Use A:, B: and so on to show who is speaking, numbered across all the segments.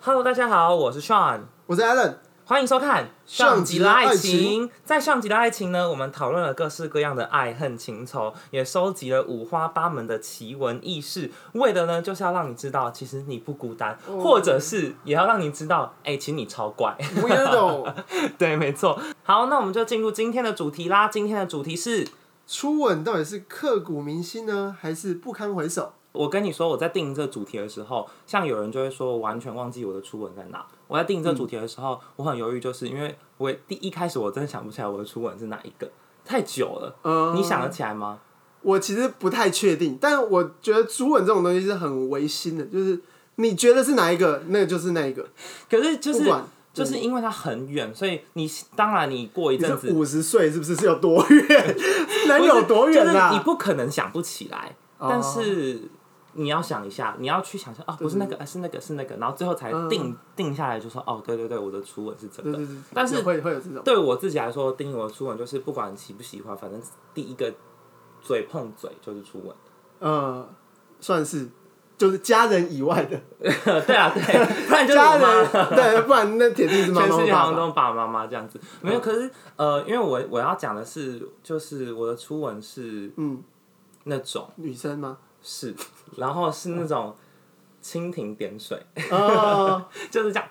A: Hello，大家好，我是 Sean，
B: 我是 Alan，
A: 欢迎收看
B: 上
A: 集
B: 集
A: 的
B: 的
A: 爱
B: 爱
A: 情
B: 情。
A: 在上集的爱情呢，我们讨论了各式各样的爱恨情仇，也收集了五花八门的奇闻异事，为的呢就是要让你知道，其实你不孤单，
B: 哦
A: 或者是也要让你知道，哎、其实你超怪。
B: Weirdo
A: 对，没错。好，那我们就进入今天的主题啦。今天的主题是。
B: 初吻到底是刻骨铭心呢，还是不堪回首？
A: 我跟你说，我在定这个主题的时候，像有人就会说我完全忘记我的初吻在哪。我在定
B: 嗯
A: 这个主题的时候，我很犹豫，就是因为我第一开始我真的想不起来我的初吻是哪一个，太久了。
B: 嗯
A: 你想得起来吗？
B: 我其实不太确定，但我觉得初吻这种东西是很违心的，就是你觉得是哪一个，那个就是那一个，
A: 可是就
B: 不
A: 是
B: 管
A: 就是因为它很远，所以你当然你过一
B: 你
A: 阵
B: 是
A: 子
B: 五十岁是不是是有多远，能有多远
A: 就是你
B: 啊？
A: 不可能想不起来，
B: 哦
A: 但是。你要想一下，你要去想象哦，不
B: 嗯
A: 是那个，呃是那个，是那个，然后最后才定、定下来，就说哦，对对对，我的初吻是这个。
B: 对对对，
A: 但是
B: 会会有这种，
A: 对我自己来说，定义我的初吻就是不管喜不喜欢，反正第一个嘴碰嘴就是初吻。
B: 呃，算是就是家人以外的，
A: 对啊，对，不然就是
B: 家
A: 我
B: 人
A: 妈。
B: 对，不然那铁定是妈
A: 全
B: 妈
A: 世
B: 或
A: 界好
B: 爸
A: 像
B: 爸。
A: 都爸爸妈妈这样子，没有。可是呃，因为我我要讲的是，就是我的初吻是
B: 嗯，
A: 那种
B: 女生吗？
A: 是，然后是那种蜻蜓点水，
B: 哦，
A: 就是这样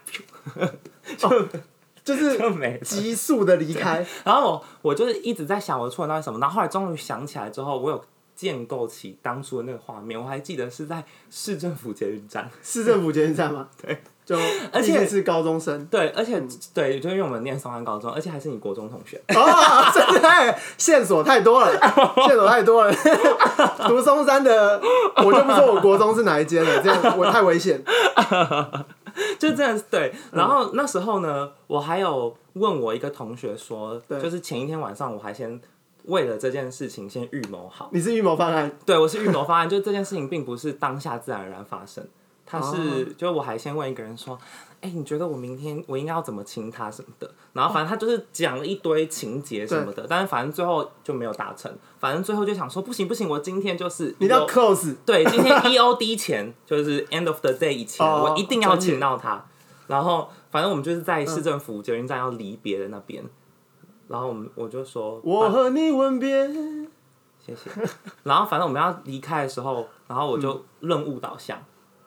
B: 就是
A: 就没了。
B: 急速的离开，
A: 然后我我就是一直在想我的初吻到底什么，然后后来终于想起来之后，我有建构起当初的那个画面，我还记得是在市政府捷运站。
B: 市政府监站吗？ 对，就
A: 而且
B: 毕竟是高中生
A: 对，而且、对，就因为我们念松安高中，而且还是你国中同学，
B: 哦，真的欸线索太多了，线索太多了。读松山的，我就不说我国中是哪一间了，这样我太危险。
A: 就这样子对。
B: 嗯
A: 然后那时候呢，我还有问我一个同学说，
B: 对
A: 就是前一天晚上我还先为了这件事情先预谋好，
B: 你是预谋方案，
A: 对我是预谋方案，就这件事情并不是当下自然而然发生，它
B: 哦
A: 是、就我还先问一个人说，哎、你觉得我明天我应该要怎么亲他什么的，然后反正他就是讲了一堆情节什么的，但是反正最后就没有达成，反正最后就想说不行不行，我今天就是
B: 你一定要 close，
A: 对，今天 EOD 前就是 end of the day 以前，
B: 哦
A: 我一定要请到他。然后反正我们就是在市政府捷运站要离别的那边，然后我们我就说
B: 我和你吻别。
A: 谢谢。然后反正我们要离开的时候，然后我就任务导向，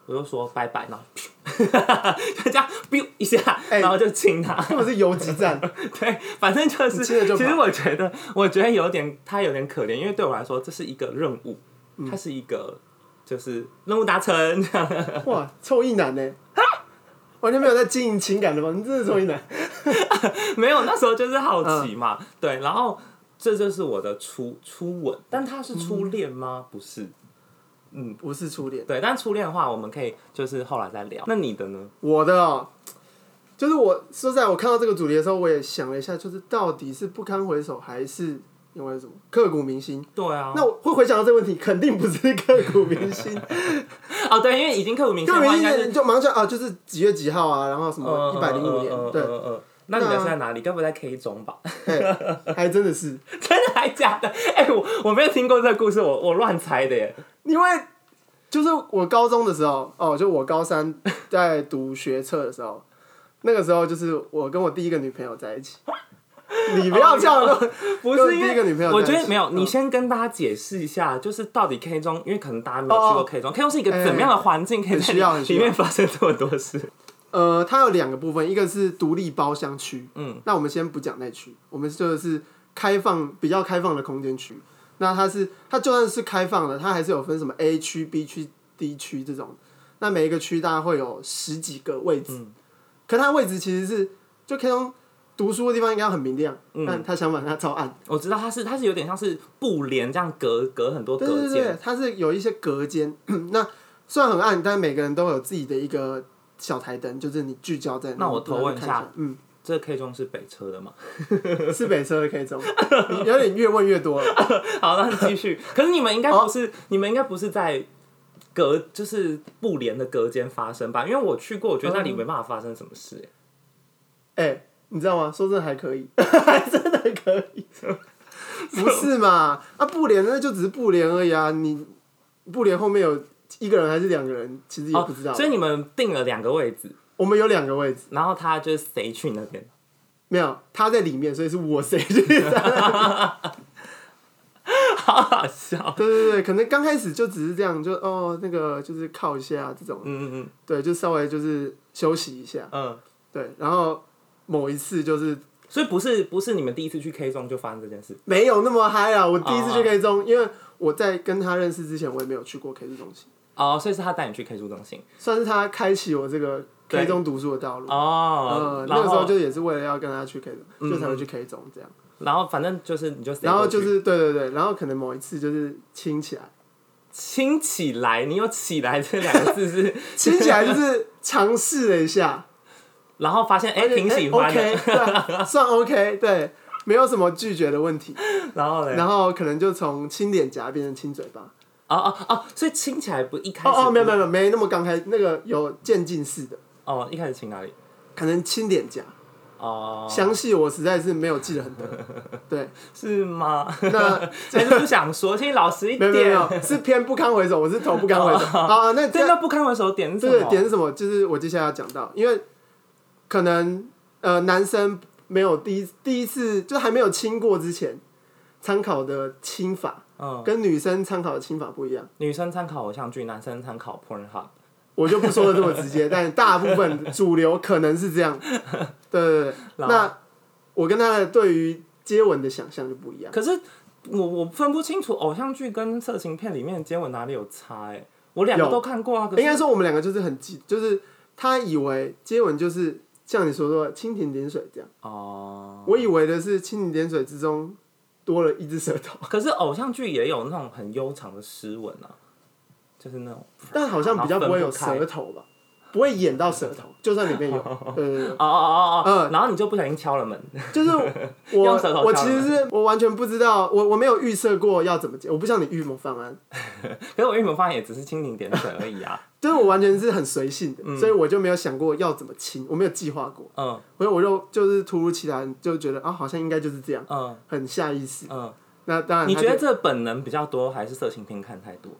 A: 我就说拜拜，然后 就这样 biu 一下，
B: 哎
A: 然后就亲他。
B: 根本是游击战，
A: 对，反正就是，
B: 你亲了就跑
A: 其实我觉得，我觉得有点他有点可怜，因为对我来说这是一个任务，
B: 嗯
A: 它是一个就是任务达成。
B: 哇，臭一男呢， 完全没有在经营情感的吗？你真的是臭一男，
A: 没有，那时候就是好奇嘛，
B: 嗯
A: 对，然后这就是我的初初吻，嗯但他是初恋吗？不是，
B: 不是初恋。
A: 对，但初恋的话，我们可以就是后来再聊。那你的呢？
B: 我的、哦，就是我说实在，我看到这个主题的时候，我也想了一下，就是到底是不堪回首，还是因为什么刻骨铭心？
A: 对啊，
B: 那我会回想到这个问题，肯定不是 刻骨铭心，
A: 哦对，因为已经刻骨铭心
B: 刻
A: 的
B: 骨
A: 话，
B: 铭
A: 应该是
B: 心就马上就啊，就是几月几号啊，然后什么一百零五
A: 嗯嗯嗯
B: 年，
A: 嗯
B: 对，
A: 嗯嗯那你的
B: 那
A: 是在哪里？该不会在 K 中吧？
B: 哎还真的是，
A: 真的还假的？哎、我我没有听过这个故事，我我乱猜的 耶。
B: 因为就是我高中的时候，哦，就我高三在读学测的时候，那个时候就是我跟我第一个女朋友在一起，你不要这样 乱，
A: 不
B: 跟
A: 是因
B: 第一个女朋
A: 为
B: 友
A: 我
B: 在
A: 觉
B: 一
A: 得
B: 起
A: 没有，
B: 嗯
A: 你先跟大家解释一下，就是到底 K 中，因为可能大家没有去
B: 哦
A: 过
B: 哦哎
A: K 中，K 中是一个怎么样的环境，可以在
B: 很需要很需
A: 里
B: 要
A: 面发生这么多事？
B: 呃，它有两个部分，一个是独立包厢区，
A: 嗯，
B: 那我们先不讲那区，我们就是开放比较开放的空间区。那它是它就算是开放的，它还是有分什么 A 区、B 区、D 区这种。那每一个区大概会有十几个位置，
A: 嗯
B: 可它位置其实是就 K 中读书的地方应该很明亮，
A: 嗯
B: 但它相反它超暗。
A: 我知道它是它是有点像是布帘这样隔隔很多
B: 对
A: 隔
B: 对
A: 间，
B: 对，它是有一些隔间。 那虽然很暗，但每个人都有自己的一个小台灯，就是你聚焦在
A: 那我投问一
B: 一
A: 下，
B: 嗯。
A: 这 K 中是北车的嘛？
B: 是北车的 K 中，你有点越问越多了。
A: 好，那继续。可是你们应该
B: 哦
A: 不是，你们应该不是在隔就是布帘的隔间发生吧？因为我去过，我觉得那里没办法发生什么事、欸
B: 哎、你知道吗？说真的还可以，还真的可以，不是嘛？啊，布帘那就只是布帘而已啊，你
A: 哦
B: 布帘后面有一个人还是两个人，其实也不知道。
A: 哦所以你们定了两个位置，
B: 我们有两个位置，
A: 然后他就是谁去那边？
B: 没有他在里面，所以是我谁去？
A: 好好笑。
B: 对对对，可能刚开始就只是这样，就哦那个就是靠一下这种，
A: 嗯嗯
B: 对，就稍微就是休息一下，
A: 嗯嗯，
B: 对，然后某一次就是
A: 所以不是不是你们第一次去 K 中就发生这件事，
B: 没有那么嗨啊！我第一次
A: 哦
B: 去 K 中，因为我在跟他认识之前，我也没有去过 K 中中心，
A: 哦，所以是他带你去 K 中中心，
B: 算是他开启我这个 K 中读书的道路。
A: 哦
B: 呃，，那
A: 然
B: 个时候
A: 后
B: 就也是为了要跟他去 K 中，就才会去 K 中这样。
A: 然后反正就是你就谁
B: 然后
A: 过去
B: 就是对对对，然后可能某一次就是亲起来，
A: 亲起来，你有起来这两个字 是，
B: 亲起来就是尝试了一下，
A: 然后发现哎、
B: 而且
A: 挺喜欢的，
B: 哎 OK，对， 算 OK，对，没有什么拒绝的问题。
A: 然后嘞，
B: 然后可能就从亲脸颊变成亲嘴巴。
A: 哦哦哦，所以亲起来不一开始
B: 哦哦，没有没
A: 有
B: 有没有，没那么刚开，那个有渐进式的，
A: 哦，一开始亲哪里？
B: 可能亲脸颊。
A: 哦，
B: 详细我实在是没有记得 很多。对，
A: 是 吗？
B: 那
A: 还 是不想说，请你老实一
B: 没
A: 点。
B: 有没有没有，是偏不堪回首，我是头不堪回首。啊，那
A: 哦真
B: 这
A: 的不堪回首的点是什
B: 这
A: 么？
B: 个点是什么？就是我接下来要讲到，因为可能呃男生没有第一第一次就还没有亲过之前，参考的亲法
A: 嗯，
B: 跟女生参考的亲法不一样。
A: 女生参考偶像剧，男生参考 Pornhub。
B: 我就不说的这么直 接，但大部分主流可能是这样。对对对，
A: 然后
B: 那我跟他的对于接吻的想象就不一样。
A: 可是我我分不清楚偶像剧跟色情片里面的接吻哪里有差哎、我两个
B: 有
A: 都看过啊。可是
B: 哎应该说我们两个就是很激，就是他以为接吻就是像你所说的蜻蜓点水这样，
A: 哦，
B: 我以为的是蜻蜓点水之中多了一只舌头，
A: 可是偶像剧也有那种很悠长的诗文啊，就是那种
B: 但好像比较不会有
A: 然后
B: 舌头吧，不会演到舌头，就算里 面有。对对对，
A: 哦哦哦哦，
B: 嗯
A: 然后你就不小心敲了门，
B: 就是
A: 用舌头
B: 我我
A: 敲
B: 其
A: 人
B: 实是我完全不知道，我我没有预设过要怎么接，我不像你预谋方案。
A: 可是我原本发现也只是蜻蜓点水而已啊。
B: 就是我完全是很随性的，所以我就没有想过要怎么亲，我没有计划过，
A: 嗯
B: 所以我就就是突如其来就觉得啊，好像应该就是这样，
A: 嗯
B: 很下意识。
A: 嗯，
B: 那当然他
A: 你
B: 就，
A: 觉得这本能比较多，还是色情片看太多？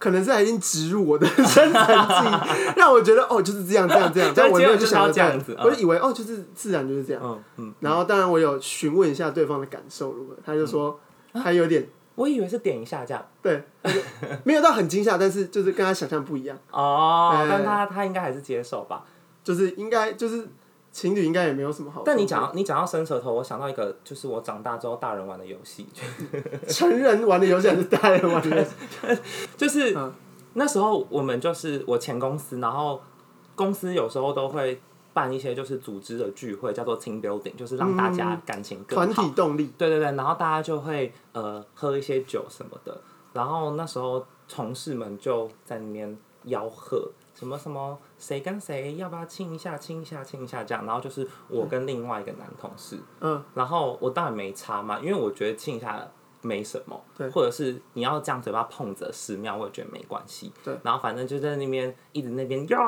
B: 可能是他已经植入我的生产记忆，让我觉得哦就是这样这样 这
A: 对
B: 样，但我没有去
A: 结果
B: 想
A: 就是要这样子
B: 对我就以为哦就是自然就是这样。
A: 嗯嗯，
B: 然后当然我有询问一下对方的感受如何，他就说
A: 嗯
B: 他有点
A: 我以为是点一下这样。
B: 对，他就没有到很惊吓，但是就是跟他想象不一样，
A: 哦，
B: 对
A: 但他他应该还是接受吧。
B: 就是应该就是情侣应该也没有什么好。
A: 但你讲到你讲到伸舌头，我想到一个，就是我长大之后大人玩的游戏，
B: 成人玩的游戏还是大人玩的游戏？
A: 就是、
B: 嗯
A: 那时候我们就是我前公司，然后公司有时候都会办一些就是组织的聚会，叫做 team building，就是让大家
B: 嗯
A: 感情更
B: 团
A: 好。
B: 体动力，
A: 对对对，然后大家就会呃喝一些酒什么的，然后那时候同事们就在里面吆喝。什么什么谁跟谁要不要亲一下亲一下亲一下这样，然后就是我跟另外一个男同事，
B: 嗯，
A: 然后我当然没差嘛，因为我觉得亲一下没什么，
B: 对
A: 或者是你要这样嘴巴碰着十秒，我也觉得没关系，
B: 对。
A: 然后反正就在那边一直那边呀，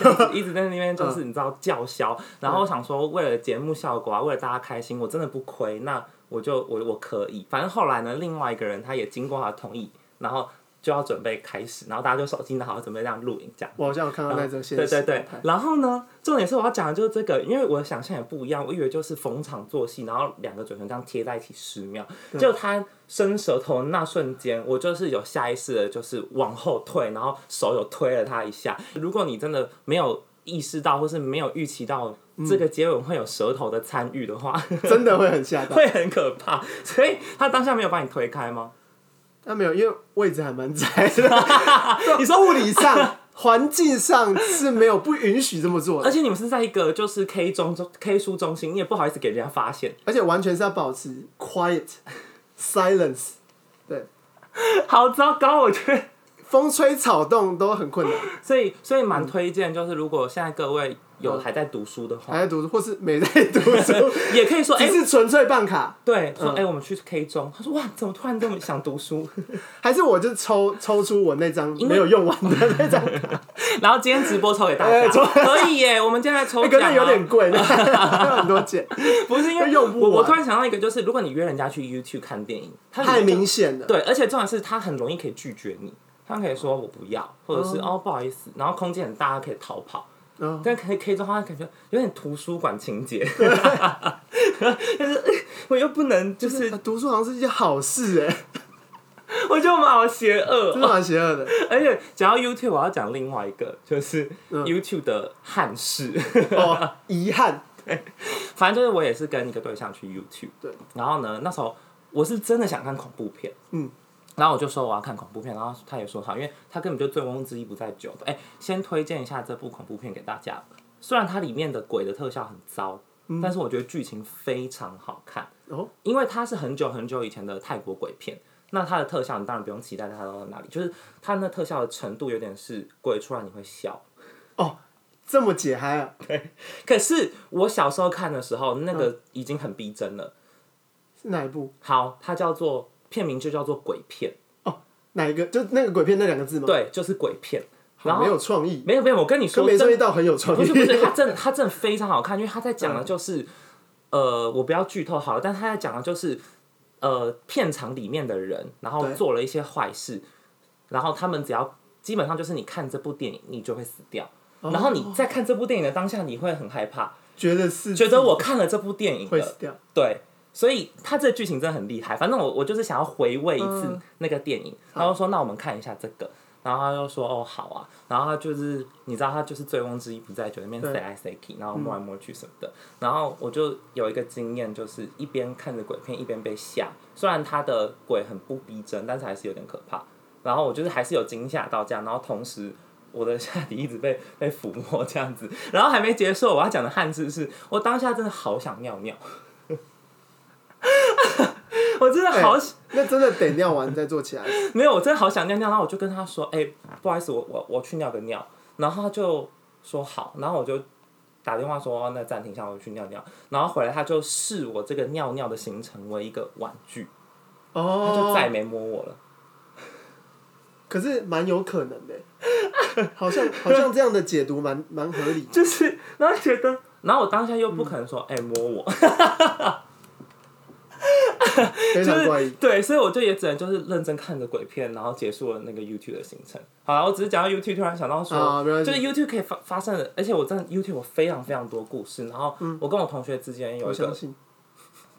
A: 这样子一直在那边就是你知道叫嚣，然后我想说为了节目效果啊，为了大家开心，我真的不亏，那我就我我可以。反正后来呢，另外一个人他也经过他的同意，然后就要准备开始，然后大家就手机拿好准备这样录影这样。
B: 我好像有看到那则现
A: 对对
B: 实，
A: 对，然后呢，重点是我要讲的就是这个，因为我的想象也不一样，我以为就是逢场作戏，然后两个嘴唇这样贴在一起十秒，结果他伸舌头的那瞬间，我就是有下意识的，就是往后退，然后手有推了他一下。如果你真的没有意识到，或是没有预期到这个接吻会有舌头的参与的话，
B: 真的会很吓到。
A: 会很可怕。所以他当下没有把你推开吗？
B: 但没有，因为位置还蛮窄 的。你说物理上、 环境上是没有不允许这么做
A: 而
B: 的，
A: 且你们是在一个就是 K 中中 K 书中心，你也不好意思给人家发现。
B: 而且完全是要保持 quiet silence。对，
A: 好糟糕，我觉得。
B: 风吹草动都很困难，
A: 所以所以
B: 嗯
A: 蛮推荐，就是如果现在各位有还在读书的话，
B: 还在读书或是没在读书，
A: 也可以说，哎、
B: 只是纯粹办卡，
A: 对，
B: 嗯
A: 说哎、我们去 K 中，他说哇，怎么突然这么想读 书？
B: 还是我就抽抽出我那张没有用完的 那张，
A: 然后今天直播抽给大
B: 哎
A: 家，
B: 抽
A: 可以耶，我们今天来抽
B: 哎可
A: 奖、
B: 能
A: 啊，
B: 有点贵， 很多钱，
A: 不是因为
B: 用不啊
A: 我我
B: 完
A: 突然想到一个，就是如果你约人家去 YouTube 看电影，他
B: 太
A: 很
B: 明显了。
A: 对，而且重点是他很容易
B: 嗯
A: 可以拒绝你，他可以说我不要，或者是哦不好意思，然后空间很大，他可以逃跑。但 K K 的话，感觉有点图书馆情 节， 但是呃我又不能，就是
B: 啊读书好像是一件好事哎、
A: 我觉得我们好邪恶
B: 真
A: 哦。
B: 的蛮邪恶的。
A: 而且讲到 YouTube，我要讲另外一个，就是 YouTube 的汉室。
B: 哦，遗憾，
A: 反正就是我也是跟一个对象去 YouTube，
B: 对，
A: 然后呢，那时候我是真的想看恐怖片，
B: 嗯，
A: 然后我就说我要看恐怖片，然后他也说好，因为他根本就醉翁之意不在酒的，哎、先推荐一下这部恐怖片给大家，虽然它里面的鬼的特效很糟，但是我觉得剧情非常好看，
B: 嗯哦，
A: 因为它是很久很久以前的泰国鬼片。那它的特效，你当然不用期待它到哪里，就是它那特效的程度有点是鬼出来你会笑，
B: 这么解嗨啊！
A: 可是我小时候看的时候，那
B: 嗯
A: 个已经很逼真了。
B: 是哪一部？
A: 好，它叫做片名就叫做鬼片，
B: 哪一个？就那个鬼片那两个字吗？
A: 对，就是鬼片。然
B: 好
A: 后
B: 没有创意，
A: 没有没有，我跟你
B: 跟
A: 说，
B: 没
A: 真
B: 注意到很有创
A: 不
B: 意
A: 是。不是，它真的它真的非常好看，因为它在讲
B: 嗯
A: 的就是，呃，我不要剧透好了，但它在讲的就是，呃，片场里面的人，然后
B: 对
A: 做了一些坏事，然后他们只要基本上就是你看这部电影，你就会死掉。
B: 哦
A: 然后你在看这部电影的当下，你会很害怕，
B: 觉得是
A: 觉得我看了这部电影
B: 会
A: 了，
B: 死掉。
A: 对，所以他这个剧情真的很厉害。反正我我就是想要回味一次那个电影，然后说那我们看一下这个，然后他就说哦好啊，然后他就是你知道他就是醉翁之意不在酒那边
B: 对
A: 塞来塞去，然后摸来摸去什么的。然后我就有一个经验，就是一边看着鬼片一边被吓，虽然他的鬼很不逼真，但是还是有点可怕。然后我就是还是有惊吓到这样，然后同时我的下体一直被被抚摸这样子，然后还没结束，我要讲的汉字是我当下真的好想尿尿，我真的好想、
B: 那真的得尿完再做起来。
A: 没有，我真的好想尿尿，然后我就跟他说，哎、不好意思，我我我去尿个尿，然后他就说好，然后我就打电话说哦那暂停一下，我去尿尿，然后回来他就视我这个尿尿的行程为一个玩具，他就
B: 哦，
A: 再也没摸我了。
B: 可是蛮有可能的， 好像好像这样的解读蛮蛮合理。
A: 就是，然后觉得，然后我当下又不可能说，哎、摸我，
B: 非
A: 就
B: 常怪
A: 是
B: 异。
A: 对，所以我就也只能就是认真看着鬼片，然后结束了那个 YouTube 的行程。好了，我只是讲到 YouTube，突然想到说，
B: 啊没关系
A: 就是 YouTube 可以发发生的，而且我真的 YouTube 我非常非常多故事。然后我跟我同学之间有
B: 嗯我
A: 一个
B: 相信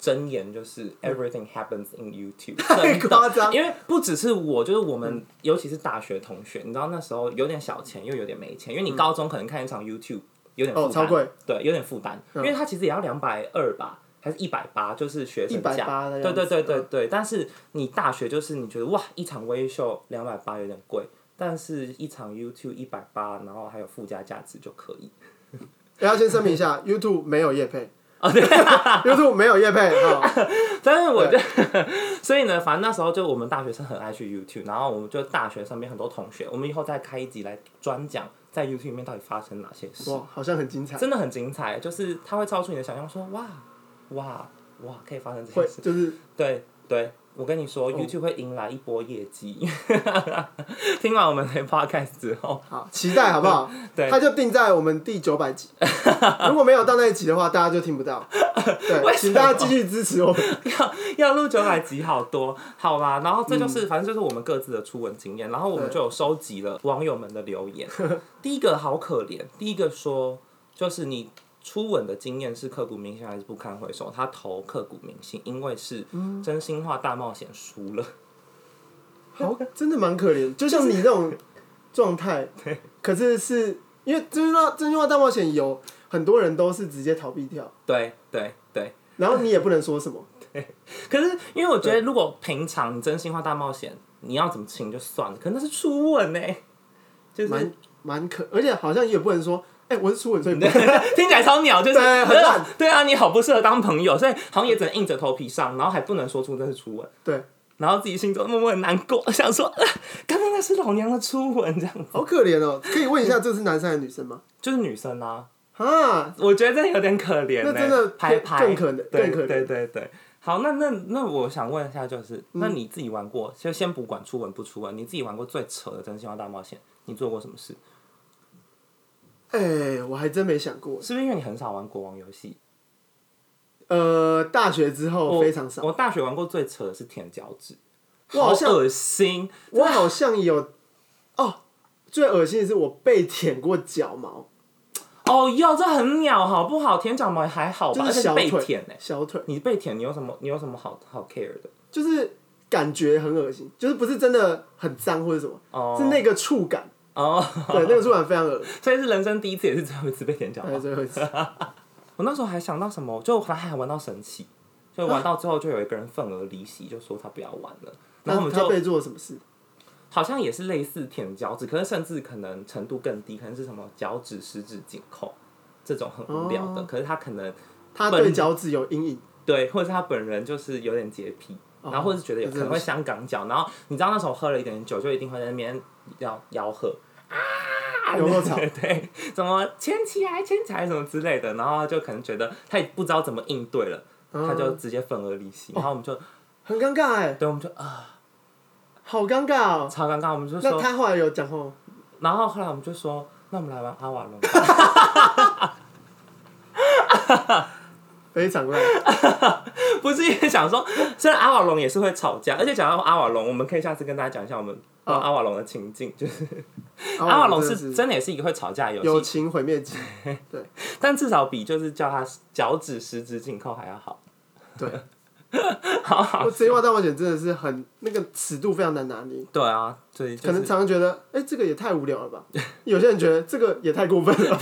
A: 箴言，就是 Everything happens in YouTube，
B: 嗯 太
A: 真的
B: 夸张嗯
A: 因为不只是我，就是我们，尤其是大学同学，你知道那时候有点小钱，又有点没钱，因为你高中可能看一场 YouTube 有点负
B: 哦，
A: 担
B: 超贵，嗯
A: 对，有点负担，因为它其实也要两百二吧，还是一百八，就是学生价。
B: 180的
A: 对
B: 样子嗯
A: 对对对对，但是你大学就是你觉得哇，一场微秀两百八有点贵，但是一场 YouTube 一百八，然后还有附加价值就可以。
B: 哎要先声明 一下，YouTube 没有业配。YouTube 没有业配， 好，
A: 但是我就， 所以呢，反正那时候就我们大学生很爱去 YouTube，然后我们就大学身边很多同学，我们以后再开一集来专讲在 YouTube 里面到底发生哪些事。
B: 哇，好像很精彩，
A: 真的很精彩，就是它会超出你的想象，说哇哇哇，可以发生这
B: 会哦
A: 些事。
B: 就是
A: 对对，我跟你说、y o u t u b e 会迎来一波业绩。 听完我们的 podcast 之后，
B: 好期待，好不好？
A: 对
B: 它就定在我们第九百集， 如果没有到那一集的话，大家就听不到。对，请大家继续支持我们。
A: 要录九百集好多，好啦，然后这就是、反正就是我们各自的初吻经验，然后我们就有收集了网友们的留言。第一个好可怜，第一个说就是你初吻的经验是刻骨铭心还是不堪回首？他投刻骨铭心，因为是真心话大冒险输了。
B: 好， 真的蛮可怜，就像你那种状态，可是是因为真心话真心话大冒险有很多人都是直接逃避掉，
A: 对对对，
B: 然后你也不能说什么，
A: 可是因为我觉得，如果平常你真心话大冒险，你要怎么亲就算了，可那是初吻呢、欸就是
B: 蛮蛮可，而且好像也不能说，哎，我是初吻，所以不
A: 听起来超鸟，就是
B: 对很烂
A: 对啊，你好不适合当朋友，所以好像也只能硬着头皮上，然后还不能说出这是初吻，
B: 对，
A: 然后自己心中默默很难过， 想说啊刚刚那是老娘的初吻，这样
B: 好可怜哦。可以问一下，这是男生还是女生吗？
A: 就是女生啊，
B: 啊，
A: 我觉得真的有点可怜、欸，
B: 那真的更
A: 拍拍
B: 更可怜
A: 对
B: 更可怜
A: 对对对。好，那那那我想问一下，就是
B: 嗯
A: 那你自己玩过，就先不管初吻不初吻，你自己玩过最扯的真心话大冒险，你做过什么事？
B: 哎，我还真没想过。
A: 是不是因为你很少玩国王游戏？
B: 呃，大学之
A: 哦
B: 后非常少，
A: 我大学玩过最扯的是舔脚趾，
B: 我好像
A: 恶心。哦
B: 我好像有哦，最恶心的是我被舔过脚毛，
A: 哦哟，这很鸟好不好？舔脚毛也还好吧，
B: 就
A: 而
B: 是
A: 且
B: 小
A: 被
B: 腿，
A: 舔哎、
B: 小腿
A: 你被舔，你有什么你有什么好好 care 的？
B: 就是感觉很恶心，就是不是真的很脏或者什么，
A: 哦
B: 是那个 触感，
A: 哦，
B: 对，那个触感非常 恶心。
A: 所以是人生第一次，也是最后一次被舔脚毛
B: 对，。最后一次，
A: 我那时候还想到什么，就反正还玩到神奇，就玩到最后就有一个人愤而离席，就说他不要玩 了。然
B: 那
A: 后我们
B: 他
A: 就
B: 被做了什么事？
A: 好像也是类似舔脚趾，可是甚至可能程度更低，可能是什么脚趾十指紧扣这种很无聊的。
B: 哦
A: 可是他可能
B: 他对脚趾有阴影，
A: 对，或者是他本人就是有点洁癖，然后或者是觉得
B: 哦
A: 有可能会香港脚，然后你知道那时候喝了一点酒，就一定会在那边要吆喝，
B: 有后草，
A: 对对，怎么牵起来牵起来什么之类的，然后他就可能觉得他也不知道怎么应对了， 他
B: 哦
A: 就直接愤而离席，然后我们就
B: 嗯很尴尬哎，
A: 对，我们就啊
B: 好尴尬哦。
A: 超尴尬，我们就
B: 那
A: 说，
B: 他后来有讲话吗？
A: 然后后来我们就说，那我们来玩阿瓦隆吧。
B: 非 常烂，
A: 不是也想说，虽然阿瓦隆也是会吵架，而且讲到阿瓦隆，我们可以下次跟大家讲一下我们玩阿瓦隆的情境。就是阿瓦隆
B: 哦真的
A: 是啊真的也是一个会吵架的游
B: 友
A: 戏，
B: 情毁灭机，对
A: 但至少比就是叫他脚趾十指紧扣还要好。
B: 对，
A: 好 好，
B: 我《职业大冒险》真的是很那个尺度非常难拿捏，
A: 对啊，所以就
B: 可能
A: 是
B: 常常觉得，哎，这个也太无聊了吧？有些人觉得这个也太过分了，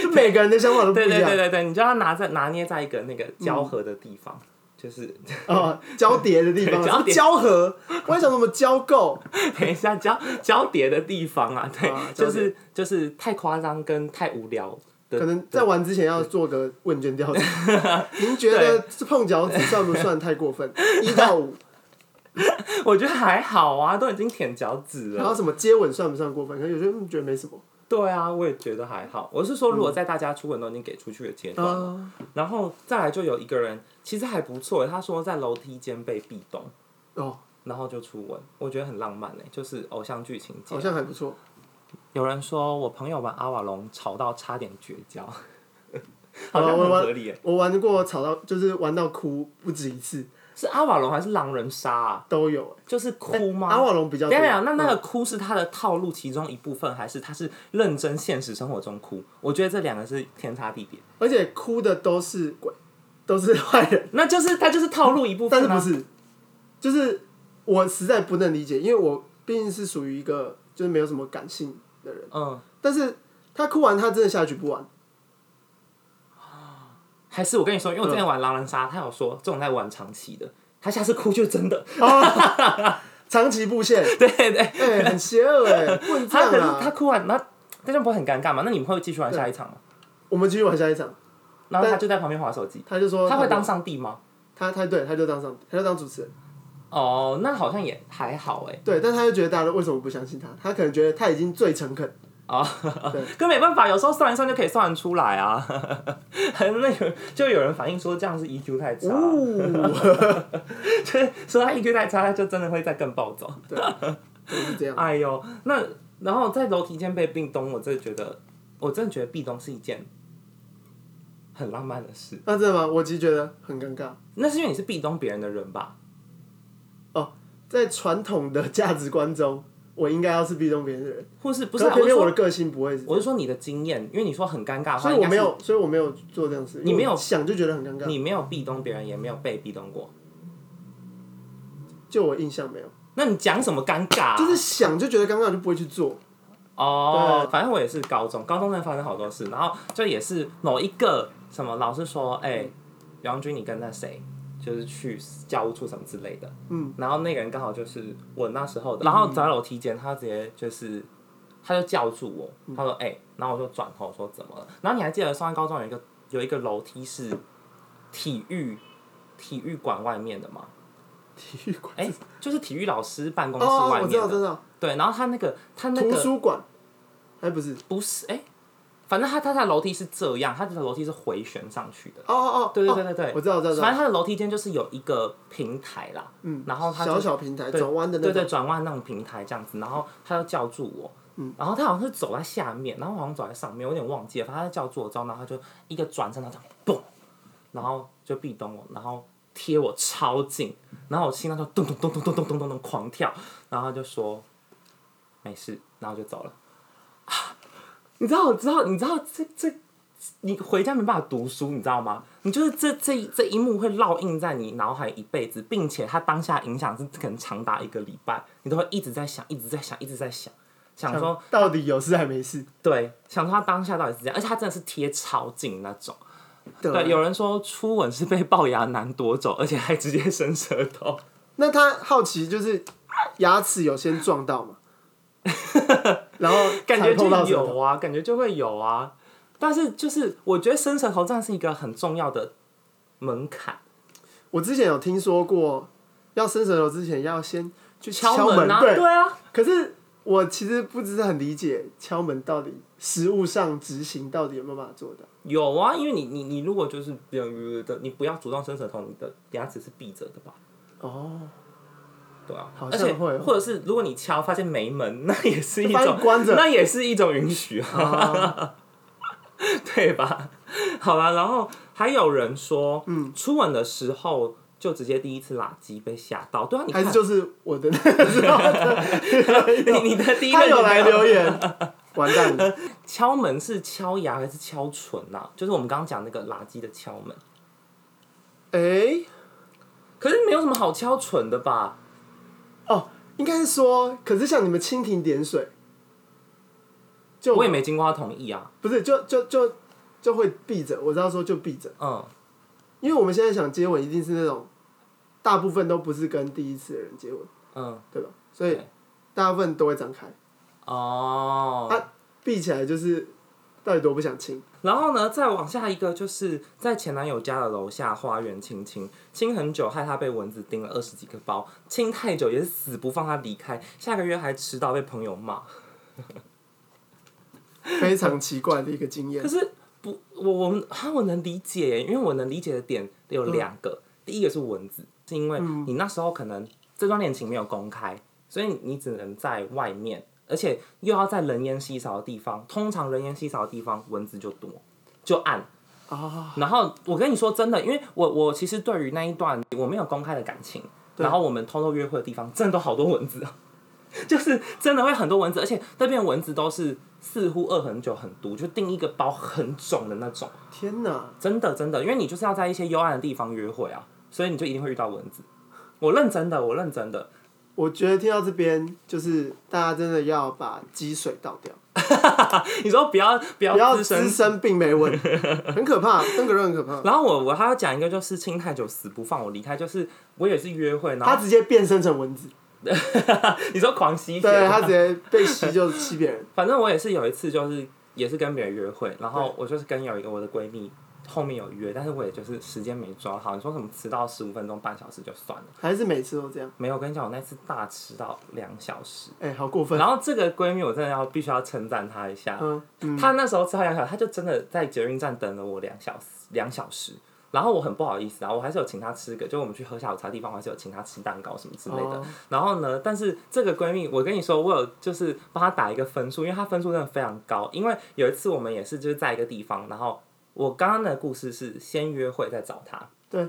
B: 就每个人的想法都不
A: 对
B: 一
A: 对对
B: 样
A: 对对，你就要拿在拿捏在一个那个交合的地方，
B: 嗯
A: 就是
B: 啊，交叠的地
A: 对交
B: 方，
A: 叠
B: 交合，我还想什么交够，
A: 等一下交交叠的地方啊，对，
B: 啊交
A: 就
B: 叠
A: 是就是太夸张跟太无聊的，
B: 可能在玩之前要做个问卷调查，您觉得这碰脚趾算不算太过分？一 到五，
A: 我觉得还好啊，都已经舔脚趾了
B: 然。后什么接吻算不算过分？可能有些人嗯觉得没什么
A: 对啊，我也觉得还好。我是说，如果在大家初吻都已经给出去的阶段，
B: 啊，
A: 然后再来就有一个人其实还不错，他说在楼梯间被壁咚，
B: 哦，
A: 然后就初吻，我觉得很浪漫呢，欸就是偶像剧情节
B: 好。像还不错，
A: 有人说我朋友玩阿瓦隆吵到差点绝交，好
B: 好了
A: 像很
B: 我玩
A: 合理耶。
B: 我玩过吵到就是玩到哭不止一次
A: 是阿瓦隆还是狼人杀、啊？
B: 都有，
A: 就是哭吗？
B: 阿瓦隆比较
A: 等
B: 多
A: 一下等一下，那那个哭是他的套路其中一部分，还是他是认真现实生活中哭？我觉得这两个是天差地别。
B: 而且哭的都是鬼，都是坏人，
A: 那就是他就是套路一部分、
B: 但
A: 啊，
B: 是不是，就是我实在不能理解，因为我毕竟是属于一个就是没有什么感性的人，
A: 嗯，
B: 但是他哭完他真的下一局不玩，
A: 还是我跟你说，因为我之前
B: 嗯
A: 玩狼人杀，他有说这种在玩长期的，他下次哭就是真的。
B: 长期布线，
A: 对对，
B: 哎、很邪恶哎、不能这
A: 他
B: 样
A: 可
B: 啊
A: 是！他哭完，那那就不会很尴尬嘛？那你们会继续玩下一场吗？
B: 我们继续玩下一场，
A: 然后他就在旁边划手机，
B: 他就说
A: 他会当上帝吗？
B: 他他对他就当上他就当主持人，
A: 哦，那好像也还好哎。
B: 对，但他就觉得大家为什么不相信他？他可能觉得他已经最诚恳，
A: 哦，可没办法，有时候算一算就可以算得出来啊。 那有就有人反映说这样是 EQ 太差，
B: 哦，
A: 就是 说他 EQ 太差，他就真的会再更暴走。
B: 就是这 样，
A: 哎呦，那然后在楼梯间被壁咚，我真的觉得，我真的觉得壁咚是一件很浪漫的事。
B: 那真的吗？我其实觉得很尴尬。
A: 那是因为你是壁咚别人的人吧？
B: 在传统的价值观中，我应该要是壁咚别人的人，
A: 或是不是、
B: 可
A: 啊？
B: 偏
A: 我是
B: 偏我
A: 说，
B: 的个性不会是这样，
A: 我是说你的经验，因为你说很尴尬的话，
B: 所以我没
A: 应
B: 有，所以我没有做这样的事，
A: 你没有
B: 因为我想就觉得很尴
A: 该
B: 尬
A: 是，你没有壁咚别人，也没有被壁咚过。
B: 就我印象没有，
A: 那你讲什么尴尬啊、
B: 就是想就觉得尴尬就不会去做，
A: 哦，反正我也是高中，高中真的发生好多事，然后就也是某一个什么老师说，哎、杨军你跟那谁，就是去教务处什么之类的，嗯，然后那个人刚好就是我那时候的，然后走在楼梯间，他直接就是他就叫住我，
B: 嗯
A: 他说哎、然后我就转头说怎么了，然后你还记得上高中有一个有一个楼梯是体育体育馆外面的吗？
B: 体育馆，
A: 哎、就是体育老师办公室
B: 哦，
A: 外
B: 我
A: 面
B: 知
A: 的，
B: 道，知道，
A: 对，然后他那个他那个
B: 图书馆，还不是，
A: 不是，哎、反正他他他的楼梯是这样，他的楼梯是回旋上去的。
B: 哦哦哦，
A: 对对
B: 哦
A: 对对对，
B: 我知道，我知道，知道
A: 反正他的楼梯间就是有一个平台啦，嗯，然后他就
B: 小小平台
A: 对
B: 转弯的那
A: 对
B: 种，
A: 对，转弯那种平台这样子，然后他就叫住我，嗯，然后他好像是走在下面，然后我好像走在上面，我有点忘记了，反正他就叫住我之后，然后他就一个转身，他这样嘣，然后就壁咚我，然后贴我超近，然后我心脏就咚咚咚咚咚咚咚咚咚狂跳，然后他就说没事，然后就走了。啊你知道，我知道，你知道这这，你回家没办法读书，你知道吗？你就是这这这一幕会烙印在你脑海一辈子，并且它当下影响是可能长达一个礼拜，你都会一直在想，一直在想，一直在想，想说
B: 嗯到底有事还没事？
A: 对，想说他当下到底是这样，而且他真的是贴超近那种。
B: 对啊
A: 对，有人说初吻是被龅牙男夺走，而且还直接伸舌头。
B: 那他好奇就是牙齿有先撞 到吗？然后
A: 感觉
B: 才碰到
A: 就
B: 舌头
A: 有啊，感觉就会有啊。但是就是我觉得伸舌头这样是一个很重要的门槛，
B: 我之前有听说过，要伸舌头之前要先去
A: 门
B: 门，
A: 啊，
B: 对。
A: 啊，
B: 可是我其实不是很理解敲门到底实物上执行到底有没有办法做到。
A: 有啊，因为你你你如果就是这样的，你不要主动伸舌头，你的牙齿是闭着的吧？
B: 哦，
A: 对啊，
B: 好
A: 而
B: 像
A: 且
B: 会哦
A: 或者是如果你敲发现没门， 那也是一
B: 发
A: 种
B: 现关着
A: 那也是一种允许啊， 对吧？好啦，然后还有人说，嗯，初吻的时候就直接第一次拉鸡被吓到，对啊，你
B: 还
A: 看
B: 是就是我的那个时候的
A: 你你的 第一个
B: 他有
A: 女朋
B: 来
A: 友
B: 留言，完 蛋了，
A: 敲门是敲牙还是敲唇啊？就是我们刚刚讲那个垃圾的敲门，
B: 哎、
A: 可是没有什么好敲唇的吧？
B: 哦，应该是说，可是像你们蜻蜓点水，就
A: 我也没经过他同意啊。
B: 不是就就就就会闭着，我知道说就闭着，
A: 嗯，
B: 因为我们现在想接吻，一定是那种大部分都不是跟第一次的人接吻，
A: 嗯，
B: 对吧？所以
A: 对
B: 大部分都会张开，
A: 哦。
B: 啊，闭起来就是到底多不想亲，
A: 然后呢，再往下一个就是在前男友家的楼下花园亲亲，亲很久，害他被蚊子叮了二十几个包，亲太久也是死不放他离开，下个月还迟到被朋友骂。
B: 非常奇怪的一个经验
A: 可。是不，我我们啊，我能理解耶，因为我能理解的点有两个，第一个是蚊子，是因为你那时候可能这段恋情没有公开，所以你只能在外面，而且又要在人烟稀少的地方，通常人烟稀少的地方蚊子就多，就暗。
B: 啊、
A: 然后我跟你说真的，因为我我其实对于那一段我没有公开的感情，然后我们偷偷约会的地方，真的都好多蚊子啊， 就是真的会很多蚊子，而且那边蚊子都是似乎饿很久很毒，就订一个包很重的那种，
B: 天哪！
A: 真的真的，因为你就是要在一些幽暗的地方约会啊，所以你就一定会遇到蚊子。我认真的，我认真的，
B: 我觉得听到这边，就是大家真的要把积水倒掉，
A: 你说不要不
B: 不要
A: 要滋
B: 滋
A: 生
B: 生病没 问，很可怕，登革热很可怕。
A: 然后我我还要讲一个，就是亲太久死不放我离开，就是我也是约会，然
B: 他
A: 后
B: 直接变身成蚊子，
A: 你说狂吸血，
B: 对他直接被吸就吸别人。
A: 反正我也是有一次，就是也是跟别人约会，然后我就是跟有一个我的闺蜜后面有约，但是我也就是时间没抓好。你说什么迟到十五分钟、半小时就算了，
B: 还是每次都这样，
A: 没有。我跟你讲，我那次大迟到两小时。
B: 哎、好过分。
A: 然后这个闺蜜，我真的要必须要称赞她一下，
B: 嗯嗯，
A: 她那时候迟到两小时，她就真的在捷运站等了我两小时，两小时。然后我很不好意思啊，我还是有请她吃个，就我们去喝下午茶的地方，我还是有请她吃蛋糕什么之类的。
B: 哦
A: 然后呢，但是这个闺蜜，我跟你说，我有就是帮她打一个分数，因为她分数真的非常高。因为有一次我们也是就是在一个地方，然后我刚刚的故事是先约会再找她，
B: 对，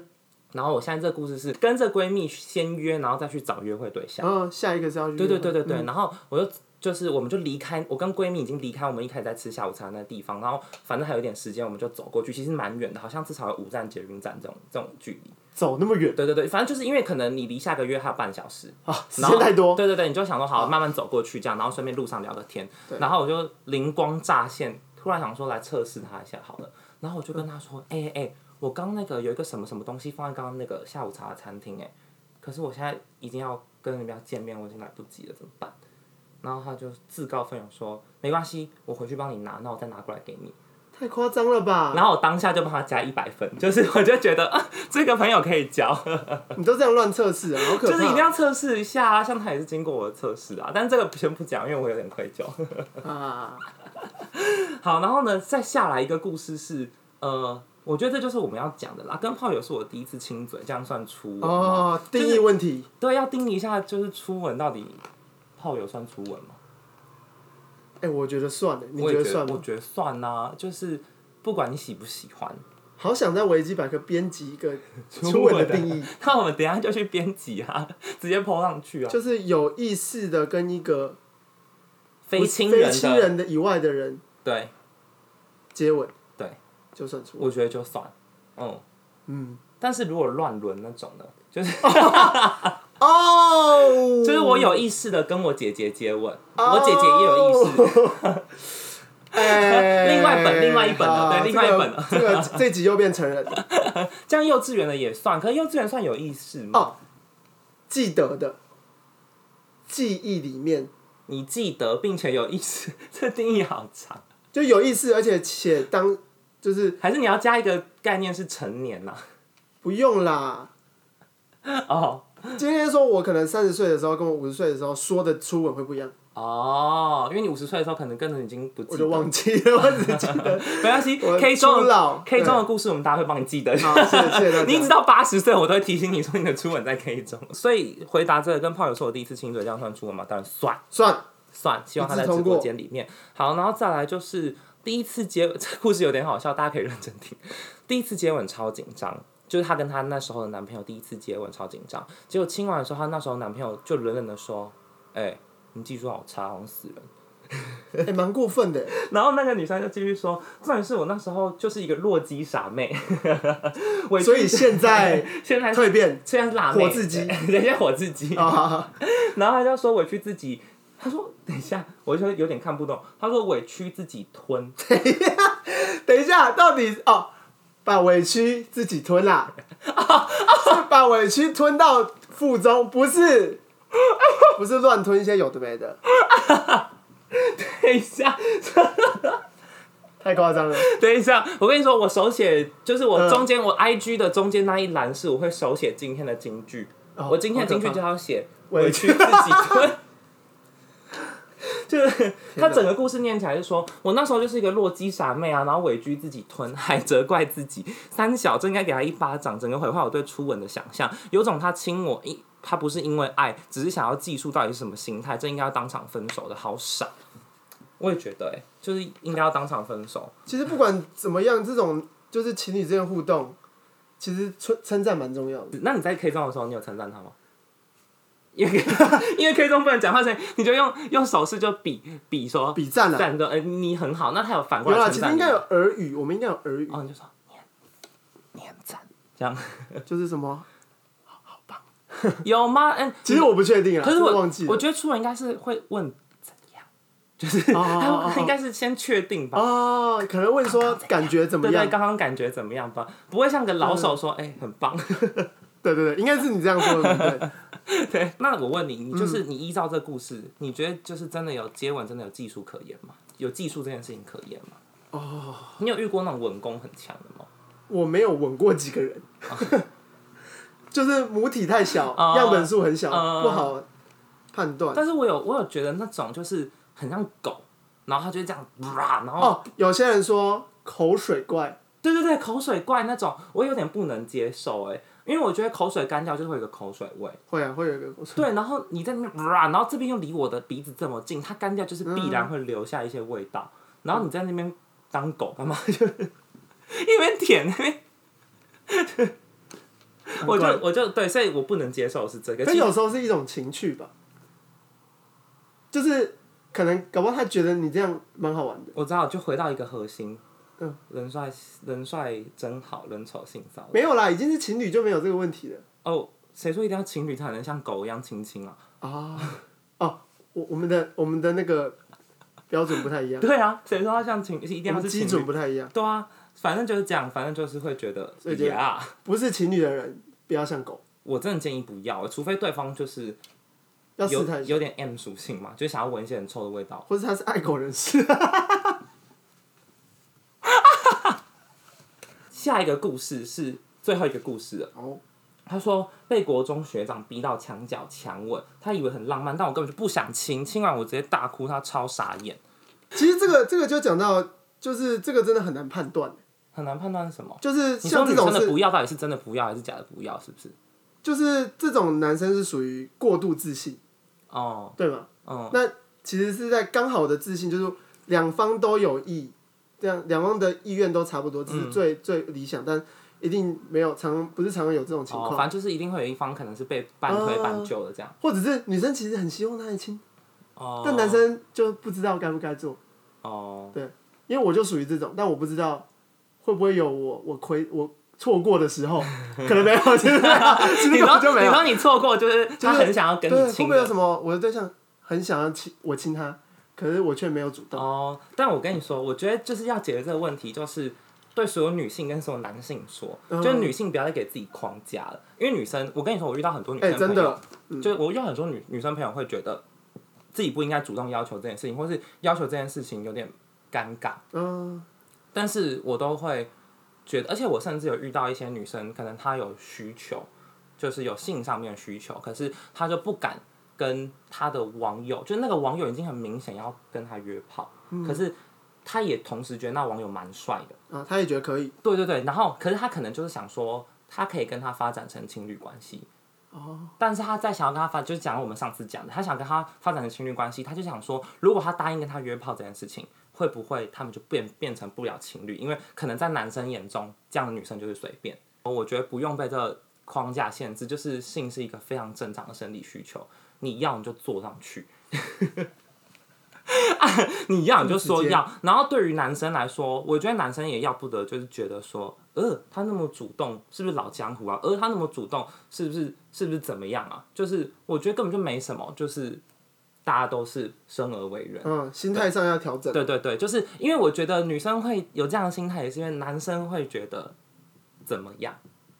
A: 然后我现在这个故事是跟这闺蜜先约，然后再去找约会对象。
B: 然后下一个是要去，
A: 嗯
B: 嗯
A: 对对对对对，然后我就就是我们就离开，我跟闺蜜已经离开我们一开始在吃下午茶那地方，然后反正还有一点时间，我们就走过去，其实蛮远的，好像至少有五站捷运站这种这种距离。
B: 走那么远
A: 对对对，反正就是因为可能你离下个约还有半小时，
B: 啊，时
A: 然后
B: 间太多，
A: 对对对，你就想说好慢慢走过去这样，然后顺便路上聊个天。然后我就灵光乍现，突然想说来测试他一下好了。然后我就跟他说，
B: 嗯
A: 哎、哎、哎，我刚那个有一个什么什么东西放在刚刚那个下午茶的餐厅哎、可是我现在已经要跟人家见面，我已经来不及了，怎么办？然后他就自告奋勇说没关系，我回去帮你拿，那我再拿过来给你。
B: 太夸张了吧？
A: 然后我当下就帮他加一百分，就是我就觉得啊，这个朋友可以交。
B: 你都这样乱测试啊，好可
A: 就
B: 怕。
A: 是一定要测试一下啊，像他也是经过我的测试啊，但是这个先不讲，因为我有点愧疚。
B: 啊，
A: 好，然后呢，再下来一个故事是，呃，我觉得这就是我们要讲的啦。跟炮友是我第一次亲嘴，这样算初吻吗？
B: 哦，定义问题，
A: 对，要定一下，就是初吻到底炮友算初吻吗？
B: 哎、我觉得算了，你
A: 我
B: 觉
A: 也
B: 得
A: 觉
B: 算
A: 我
B: 吗？
A: 觉得算啦、就是不管你喜不喜欢，
B: 好想在维基百科编辑一个 初吻的定义，。
A: 那我们等一下就去编辑啊， 直接抛上去啊，
B: 就是有意识的跟一个
A: 非亲
B: 非
A: 人
B: 亲
A: 的。
B: 人的以外的人
A: 对，
B: 接吻，
A: 对，
B: 就算出
A: 我觉得就算，嗯，
B: 嗯，
A: 但是如果乱伦那种呢，就是
B: 哦，
A: 就是我有意识的跟我姐姐接吻，我姐姐也有意识，
B: 哎，
A: 另外一本另外一本了
B: 好
A: 对另外一本了
B: 这个这个这集又变成人了
A: 这样幼稚园的也算，可是幼稚园算有意识吗？
B: 哦，记得的记忆里面
A: 你记得并且有意识， 这定义好长，
B: 就有意思，而且且当就是
A: 还是你要加一个概念是成年啊呐、
B: 不用啦。
A: 哦
B: 今天说我可能三十岁的时候跟我五十岁的时候说的初吻会不一样，
A: 哦，因为你五十岁的时候可能根本已经不记
B: 我
A: 得
B: 就，忘记了，我只记得。
A: 没关系
B: 我
A: ，K 中
B: 初老
A: 的 K 中的
B: 对
A: 故事我们大家会帮你记得。
B: 好，谢谢谢谢 大
A: 你一直
B: 家。
A: 到八十岁，我都会提醒你说你的初吻在 K 中。所以回答这个跟炮友说我第一次亲嘴，这样算初吻吗？当然算
B: 算
A: 算，希望他在
B: 一致
A: 直
B: 通过
A: 播间里面。好，然后再来就是第一次接，这故事有点好笑，大家可以认真听。第一次接吻超紧张。就是她跟她那时候的男朋友第一次接吻，超紧张。结果亲完的时候，她那时候男朋友就冷冷的说：“哎、你技术好差，好像死人。”哎
B: 也蛮过分的，
A: 然后那个女生就继续说，重点是我那时候就是一个弱鸡傻妹， 委屈
B: 所以现在
A: 现在是
B: 蜕变
A: 现在是辣妹，
B: 火 自己
A: 对，人家火自己。
B: 啊，
A: 然后她就说委屈自己，她说等一下，我就有点看不懂，她说委屈自己吞，
B: 等一下，到底哦，把委屈自己 吞啦，是把委屈吞到腹中，不是， 不是乱吞一些有的没的，
A: 等一下，
B: 太夸张了。
A: 等一下，我跟你说，我手写就是
B: 嗯
A: 我中间、我 I G 的中间那一栏是我会手写今天的金句，
B: 哦
A: 我今天的金句
B: 好
A: 就
B: 可怕
A: 要写
B: 委
A: 委
B: 屈
A: 屈自己吞。就是他整个故事念起来就说，我那时候就是一个弱鸡傻妹啊，然后委屈自己吞，还责怪自己。三小真应该给他一巴掌，整个毁坏我对初吻的想象。有种他亲我，一他不是因为爱，只是想要技术到底是什么心态，这应该要当场分手的，好傻。我也觉得、欸，就是应该要当场分手。
B: 其实不管怎么样，这种就是情侣之间互动，其实称称赞蛮重要的。
A: 那你在 K 中 的时候，你有称赞他吗？因为因为 K 中不能讲话，所以你就用用手势就比比说
B: 比赞啊，
A: 赞的，哎、你很好。那他有反过
B: 有
A: 来
B: 啦，
A: 称
B: 其实
A: 赞
B: 应
A: 你
B: 该
A: 吗
B: 有耳语，我们应该有耳语，
A: 哦，你就说你很你很赞，这样
B: 就是什么？
A: 有吗？嗯，
B: 其实我不确定啊，
A: 可是
B: 真
A: 我
B: 的忘记了
A: 我。觉得初吻应该是会问怎样，
B: 哦哦
A: 他
B: 哦
A: 应该是先确定吧。
B: 哦，可能问说感觉怎么
A: 对对，
B: 样？
A: 刚刚感觉怎么样吧？不会像个老手说，哎、很棒。
B: 对对对，应该是你这样说的，对不对？
A: 对，那我问你，你
B: 嗯
A: 就是你依照这故事，你觉得就是真的有接吻，真的有技术可言吗？有技术这件事情可言吗？哦，你有遇过那种吻功很强的吗？
B: 我没有吻过几个人， 就是母体太小，
A: 啊
B: 样本数很小，
A: 啊
B: 不好判断。
A: 但是我有，我有觉得那种就是很像狗，然后它就会这样，哇然后、
B: 哦，有些人说口水怪，
A: 对对对，口水怪那种，我有点不能接受哎、因为我觉得口水干掉就是会有一个口水味，
B: 会啊，会有一个口水。
A: 对，然后你在那边、哇然后这边又离我的鼻子这么近，它干掉就是必
B: 嗯
A: 然会留下一些味道，然后你在那边当狗干嘛？ 就是一边舔那边， 我就
B: 很怪
A: 我就对，所以我不能接受是这个。
B: 但
A: 其实
B: 有时候是一种情趣吧，就是可能搞不好他觉得你这样蛮好玩的，
A: 我知道，就回到一个核心，
B: 嗯，
A: 人帅人帅真好，人丑性骚扰。
B: 没有啦，已经是情侣就没有这个问题了
A: 哦，谁说一定要情侣才能像狗一样亲亲啊？
B: 啊。 哦，我我们的我们的那个标准不太一样，
A: 对啊，谁说要像情一
B: 我
A: 定要
B: 们
A: 是
B: 基
A: 情
B: 准
A: 侣？
B: 不太一样，
A: 对啊，反正就是这样，反正就是会觉得
B: 所以就
A: 呀，
B: 不是情侣的人不要像狗，
A: 我真的建议不要，除非对方就是
B: 要试
A: 有
B: 探一下，
A: 有点 M 属性嘛，就想要闻一些很臭的味道。
B: 或者他是爱狗 人士。
A: 下一个故事是最后一个故事了。
B: 哦
A: 他说被国中学长逼到墙角强吻，他以为很浪漫，但我根本就不想亲，亲完我直接大哭，他超傻眼，
B: 其实这个这个就讲到，就是这个真的很难判断，
A: 很难判断是什么。
B: 就是
A: 哦你说
B: 像
A: 女
B: 这
A: 生
B: 种
A: 的
B: 是，
A: 不要到底是真的不要还是假的不要，是不是？
B: 就是这种男生是属于过度自信，
A: 哦，
B: 对吗？
A: 嗯，
B: 那其实是在刚好的自信，就是两方都有意，这样两方的意愿都差不多，这
A: 嗯
B: 是最、最理想，但一定没有常不是常常有这种情
A: 哦，
B: 况，
A: 反正就是一定会有一方可能是被半推半就的这样。
B: 或者是女生其实很希望他来亲，
A: 哦，
B: 但男生就不知道该不该做，
A: 哦，
B: 对，因为我就属于这种，但我不知道会不会有我我亏我错过的 时候，可能没有，其实没有，其
A: 你
B: 实
A: 说
B: 根本就没
A: 你
B: 有。
A: 说你错过，就是他很想要跟
B: 对，
A: 你
B: 会
A: 亲
B: 不会有
A: 的
B: 什么我的对象很想要亲我亲他，可是我却没有主动？
A: 哦。但我跟你说，我觉得就是要解决这个问题，就是对所有女性跟所有男性说，
B: 嗯
A: 就是女性不要再给自己框架了，因为女生，我跟你说，我遇到很多女
B: 哎、
A: 生朋友，
B: 真的，
A: 就是我遇到很多女女生朋友会觉得自己不应该主动要求这件事情，或是要求这件事情有点尴尬。
B: 嗯，
A: 但是我都会觉得，而且我甚至有遇到一些女生，可能她有需求，就是有性上面的需求，可是她就不敢跟她的网友，就是那个网友已经很明显要跟她约炮，可是她也同时觉得那网友蛮帅的，
B: 啊，他也觉得可以，
A: 对对对，然后可是她可能就是想说，她可以跟他发展成情侣关系。哦，但是她在想要跟他发，就是讲我们上次讲的，她想跟他发展成情侣关系，她就想说，如果她答应跟他约炮这件事情，会不会他们就变变成不了情侣？因为可能在男生眼中，这样的女生就是随便。我觉得不用被这个框架限制，就是性是一个非常正常的生理需求，你要你就坐上去， 啊你要你就说
B: 直接
A: 要。然后对于男生来说，我觉得男生也要不得，就是觉得说，呃，他那么主动，是不是老江湖啊？呃，他那么主动，是不是是不是怎么样啊？就是我觉得根本就没什么，就是大家都是生而为人。
B: 嗯，心态上要调整。
A: 对对对，就是因为我觉得女生会有这样的心态，也是因为男生会觉得怎么样，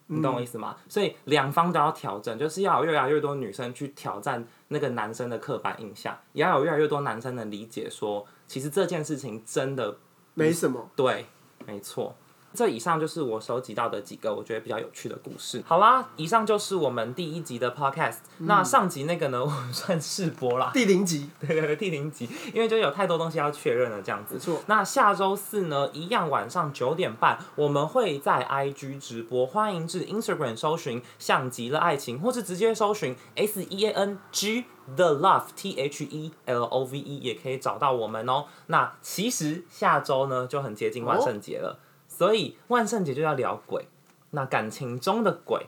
A: 你懂我意思吗？所以两方都要调整，就是要有越来越多女生去挑战那个男生的刻板印象，也要有越来越多男生能理解说，其实这件事情真的
B: 没什么，
A: 对，没错。这以上就是我收集到的几个我觉得比较有趣的故事。好啦，以上就是我们第一集的 podcast。那上集那个呢，我们算试播啦，
B: 第零集
A: 对对对，第零集，因为就有太多东西要确认了，这样子。
B: 没错。
A: 那下周四呢，一样晚上九点半，我们会在 IG 直播，欢迎至 Instagram 搜寻“像极了爱情”，或是直接搜寻 S E A N G The Love T H E L O V E，也可以找到我们哦。那其实下周呢就很接近万圣节了，所以万圣节就要聊鬼，那感情中的鬼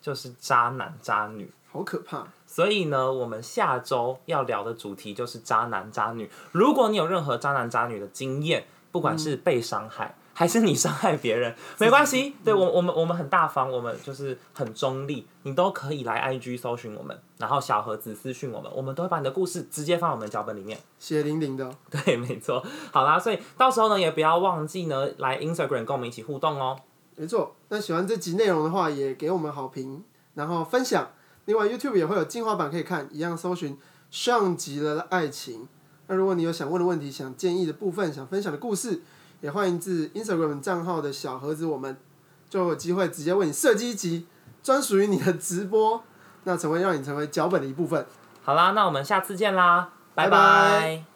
A: 就是渣男渣女。
B: 好可怕，
A: 所以呢，我们下周要聊的主题就是渣男渣女。如果你有任何渣男渣女的经验，不管是被伤害、还是你伤害别人，没关系。对我，我们我们很大方，我们就是很中立，你都可以来 IG 搜寻我们，然后小盒子私讯我们，我们都会把你的故事直接放我们的脚本里面。
B: 血淋淋的哦，
A: 对，没错。好啦，所以到时候呢，也不要忘记呢，来 Instagram 跟我们一起互动哦。
B: 没错。那喜欢这集内容的话，也给我们好评，然后分享。另外，YouTube 也会有精华版可以看，一样搜寻“上集了的爱情”。那如果你有想问的问题、想建议的部分、想分享的故事，也欢迎至 Instagram 账号的小盒子，我们就有机会直接为你设计一集专属于你的直播，那成为让你成为脚本的一部分。
A: 好啦，那我们下次见啦，拜
B: 拜
A: 拜
B: 拜